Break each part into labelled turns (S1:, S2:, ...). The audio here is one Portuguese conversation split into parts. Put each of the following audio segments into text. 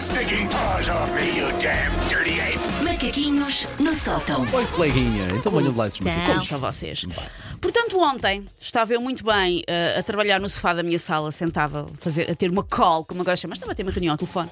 S1: sticking paws off me, you damn dirty ape!
S2: Macaquinhos no sotão.
S3: Oi, coleguinha. Então venham de lá esses
S4: Então.
S3: macacos.
S5: Só vocês. Portanto, ontem estava eu muito bem eh, a trabalhar no sofá da minha sala, sentada a, fazer, a ter uma call, como agora chama, estava a ter uma reunião ao telefone.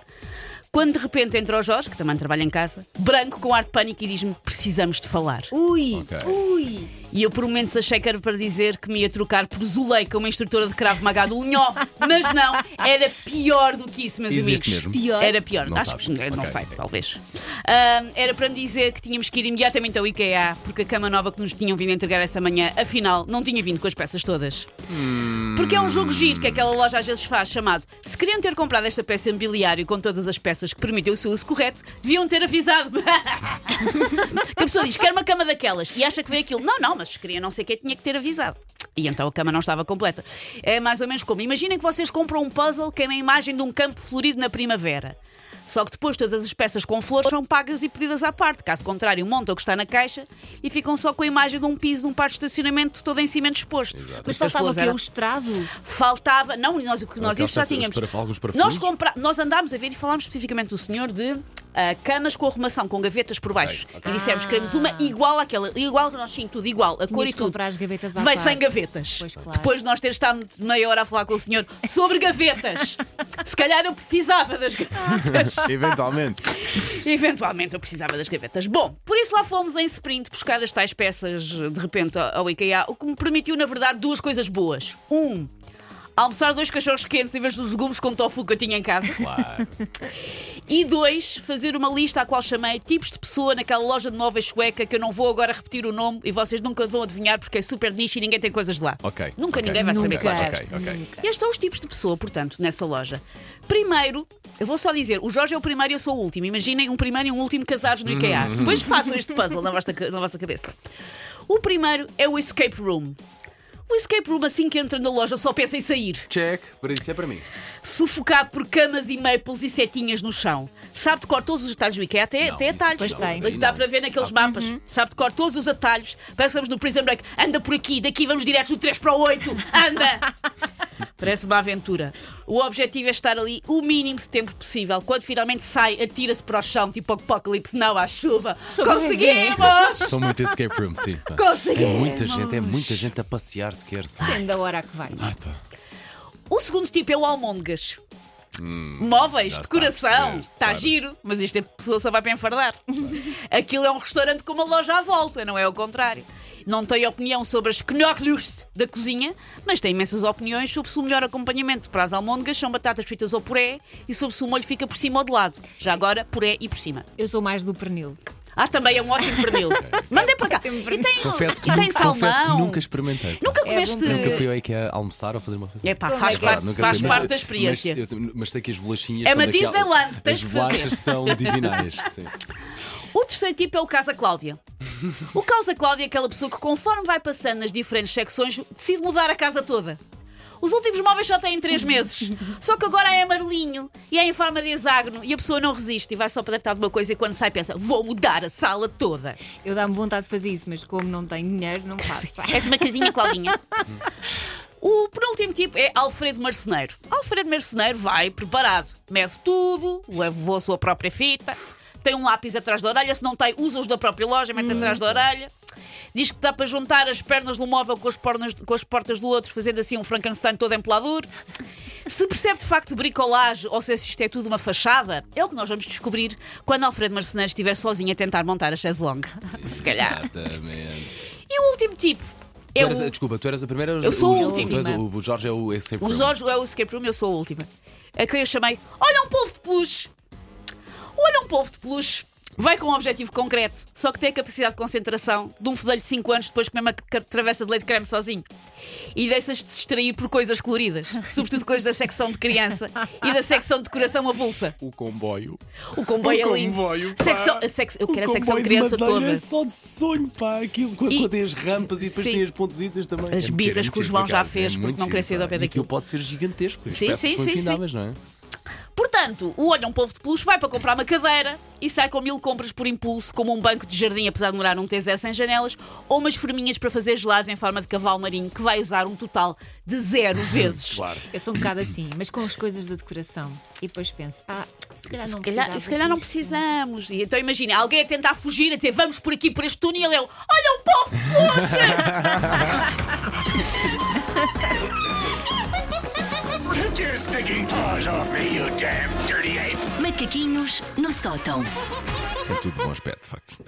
S5: Quando de repente entra o Jorge, que também trabalha em casa, branco com ar de pânico e diz-me: precisamos de falar.
S4: Ui,
S3: Ok.
S4: ui.
S5: E eu por momentos achei que era para dizer que me ia trocar por Zuleika, uma instrutora de cravo magado unhó, mas não, era pior do que isso, meus
S3: Existe
S5: amigos.
S3: mesmo?
S4: Pior?
S5: Era pior,
S3: Não
S5: acho
S3: sabes.
S5: que não
S3: Ok.
S5: sei, talvez. Ahm, era para me dizer que tínhamos que ir imediatamente ao IKEA, porque a cama nova que nos tinham vindo entregar essa manhã, afinal, não tinha vindo com as peças todas.
S3: Hum.
S5: Porque é um jogo giro que aquela loja às vezes faz, chamado Se queriam ter comprado esta peça em biliário com todas as peças que permitem o seu uso correto, deviam ter avisado. Que Tipo, a pessoa diz, quer uma cama daquelas e acha que veio aquilo. Não, não, mas queria não sei o que, tinha que ter avisado. E então a cama não estava completa. É mais ou menos como: imaginem que vocês compram um puzzle que é uma imagem de um campo florido na primavera. Só que depois todas as peças com flores são pagas e pedidas à parte. Caso contrário, montam o que está na caixa e ficam só com a imagem de um piso de um parque de estacionamento todo em cimento exposto. Porque
S4: Mas
S5: as
S4: faltava o
S5: flores
S4: quê?
S5: eram-
S4: Um estrado?
S5: Faltava. Não, nós, o que nós
S3: Aquelas
S5: isso já
S3: peças-
S5: tínhamos.
S3: os para- alguns parafusos?
S5: nós, compra, nós andámos a ver e falámos especificamente do senhor de ah, camas com arrumação, com gavetas por baixo. E dissemos: queremos uma igual àquela, igual que nós tínhamos tudo, igual,
S4: Ah.
S5: a cor
S4: Tinhas
S5: e
S4: que
S5: tudo.
S4: comprar as gavetas à
S5: Vem
S4: parte.
S5: sem gavetas.
S4: Pois, claro.
S5: Depois de nós ter estado meia hora a falar com o senhor sobre gavetas. Se calhar eu precisava das gavetas.
S3: Eventualmente.
S5: Eventualmente eu precisava das gavetas. Bom, por isso lá fomos em sprint buscar as tais peças de repente ao IKEA, o que me permitiu, na verdade, duas coisas boas. Um, almoçar dois cachorros quentes em vez dos legumes com tofu que eu tinha em casa.
S3: Claro.
S5: E dois, fazer uma lista à qual chamei tipos de pessoa naquela loja de móveis sueca que eu não vou agora repetir o nome e vocês nunca vão adivinhar porque é super nicho e ninguém tem coisas de lá.
S3: Ok.
S5: Nunca
S3: ok,
S5: ninguém vai saber.
S3: ok,
S5: quais
S3: Ok,
S5: são.
S3: ok.
S5: E Estes são os tipos de pessoa, portanto, nessa loja. Primeiro, eu vou só dizer, o Jorge é o primeiro e eu sou o último. Imaginem um primeiro e um último casados no IKEA. Depois façam este puzzle na vossa, ca- na vossa cabeça. O primeiro é o escape room. O escape room, assim que entra na loja, só pensa em sair
S3: Check. Para isso é para mim.
S5: sufocado por camas e maples e setinhas no chão. Sabe de cor todos os atalhos do IKEA, é até,
S3: Não,
S5: até
S3: isso
S5: atalhos.
S4: depois tem.
S5: Mas Dá para ver naqueles
S3: Ah. Uhum.
S5: mapas. Sabe de cor todos os atalhos. Parece que estamos no Prison Break. Anda por aqui, daqui vamos direto do 3 para o 8. Anda! Parece uma aventura. O objetivo é estar ali o mínimo de tempo possível. Quando finalmente sai, atira-se para o chão, tipo apocalipse, não à chuva.
S4: Sobreviver.
S5: Conseguimos!
S3: São muito escape room, sim. pá.
S5: Conseguimos.
S3: É muita gente, é muita gente a passear sequer. Ah,
S5: Ah,
S3: tá.
S4: Depende da hora a que vais.
S5: tá. O segundo tipo é o almôndegas. Móveis,
S3: Hum, já se está a
S5: decoração,
S3: perceber,
S5: está
S3: claro.
S5: giro, mas isto é pessoa só vai para enfardar. Aquilo é um restaurante com uma loja à volta, não é o contrário. Não tem opinião sobre as knocklust da cozinha, mas tem imensas opiniões sobre se o melhor acompanhamento para as almôndegas são batatas fritas ou puré e sobre se o molho fica por cima ou de lado. Já agora, puré e por cima.
S4: Eu sou mais do pernil.
S5: Ah, também é um ótimo pernil. Mandem para cá. E
S4: Ótimo
S5: tem,
S4: pernil.
S3: Confesso que,
S5: e tem
S3: nunca,
S5: salmão.
S3: confesso que nunca experimentei. pá.
S5: Nunca
S4: É
S5: comeste.
S4: bom pernil.
S3: Nunca fui ao IKEA almoçar ou fazer uma refeição.
S5: É pá,
S4: Como
S5: faz
S4: é que é?
S5: parte,
S3: Nunca
S5: faz
S3: fui, mas-
S5: parte da experiência.
S3: Mas, eu- mas sei que as bolachinhas
S5: É
S3: são
S5: uma
S3: daquela-
S5: Disneyland, tens
S3: As
S5: que
S3: bolachas
S5: fazer.
S3: são divinais. Sim.
S5: O terceiro tipo é o Casa Cláudia. O Casa Cláudia é aquela pessoa que, conforme vai passando nas diferentes secções, decide mudar a casa toda. Os últimos móveis só têm 3 meses. Só que agora é amarelinho e é em forma de hexágono e a pessoa não resiste e vai só para tratar de uma coisa e quando sai pensa: vou mudar a sala toda.
S4: Eu dá-me vontade de fazer isso, mas como não tenho dinheiro, não faço.
S5: És uma casinha, Claudinha. O penúltimo tipo é Alfredo Marceneiro. Alfredo Marceneiro vai preparado, mede tudo, levou a sua própria fita, tem um lápis atrás da orelha, se não tem, usa-os da própria loja, mete atrás da orelha. Diz que dá para juntar as pernas do móvel com as, pornas- com as portas do outro, fazendo assim um Frankenstein todo empelador. Se percebe de facto bricolagem ou se isto é tudo uma fachada, é o que nós vamos descobrir quando Alfredo Marceneiro estiver sozinho a tentar montar a chaise longue. Se calhar.
S3: Exatamente.
S5: E o último tipo é
S3: Tu
S5: o.
S3: eras, a- Desculpa, tu eras a primeira?
S5: Eu sou a
S3: o-
S5: última.
S3: tu és O, o Jorge é o esse sempre
S5: O
S3: foi
S5: Jorge é o escape room, eu sou a última. A quem eu chamei, olha um polvo de peluche. Olha um polvo de peluche. Vai com um objetivo concreto, só que tem a capacidade de concentração de um fedelho de 5 anos depois de comer uma ca- travessa de leite de creme sozinho. E deixas-te distrair por coisas coloridas, sobretudo coisas da secção de criança e da secção de decoração avulsa.
S3: o comboio.
S5: O comboio
S3: O
S5: é lindo.
S3: Um comboio, pá. Um
S5: Secção- a sec- eu quero a secção de
S3: comboio
S5: criança
S3: madeira
S5: toda.
S3: É só de sonho, pá, aquilo. Quando,
S5: E-
S3: quando tem as rampas e depois
S5: Sim.
S3: tem as pontezinhas também.
S5: As
S3: É muito
S5: birras
S3: giro,
S5: que o
S3: muito
S5: João
S3: giro,
S5: já
S3: por acaso.
S5: fez, porque
S3: muito
S5: não
S3: giro,
S5: queria sair
S3: pá.
S5: ao pé
S3: E
S5: daquilo.
S3: Aquilo pode ser gigantesco. As
S5: Sim,
S3: peças
S5: sim,
S3: são
S5: sim,
S3: infindáveis, não é?
S5: Portanto, Portanto, o Olha um Povo de Peluche vai para comprar uma cadeira e sai com mil compras por impulso, como um banco de jardim, apesar de morar num T0 sem janelas, ou umas forminhas para fazer gelados em forma de cavalo marinho, que vai usar um total de zero vezes.
S3: Claro.
S4: Eu sou um bocado assim, mas com as coisas da decoração. E depois penso, ah, se calhar não
S5: Se calhar,
S4: precisava
S5: se calhar não
S4: disto.
S5: precisamos. E então imagina, alguém a tentar fugir, a dizer vamos por aqui, por este túnel, eu, olha um povo de peluche!
S1: Take your stinking paws off me, you damn dirty ape!
S2: Macaquinhos no sótão.
S3: Tem tudo bom aspecto, de facto.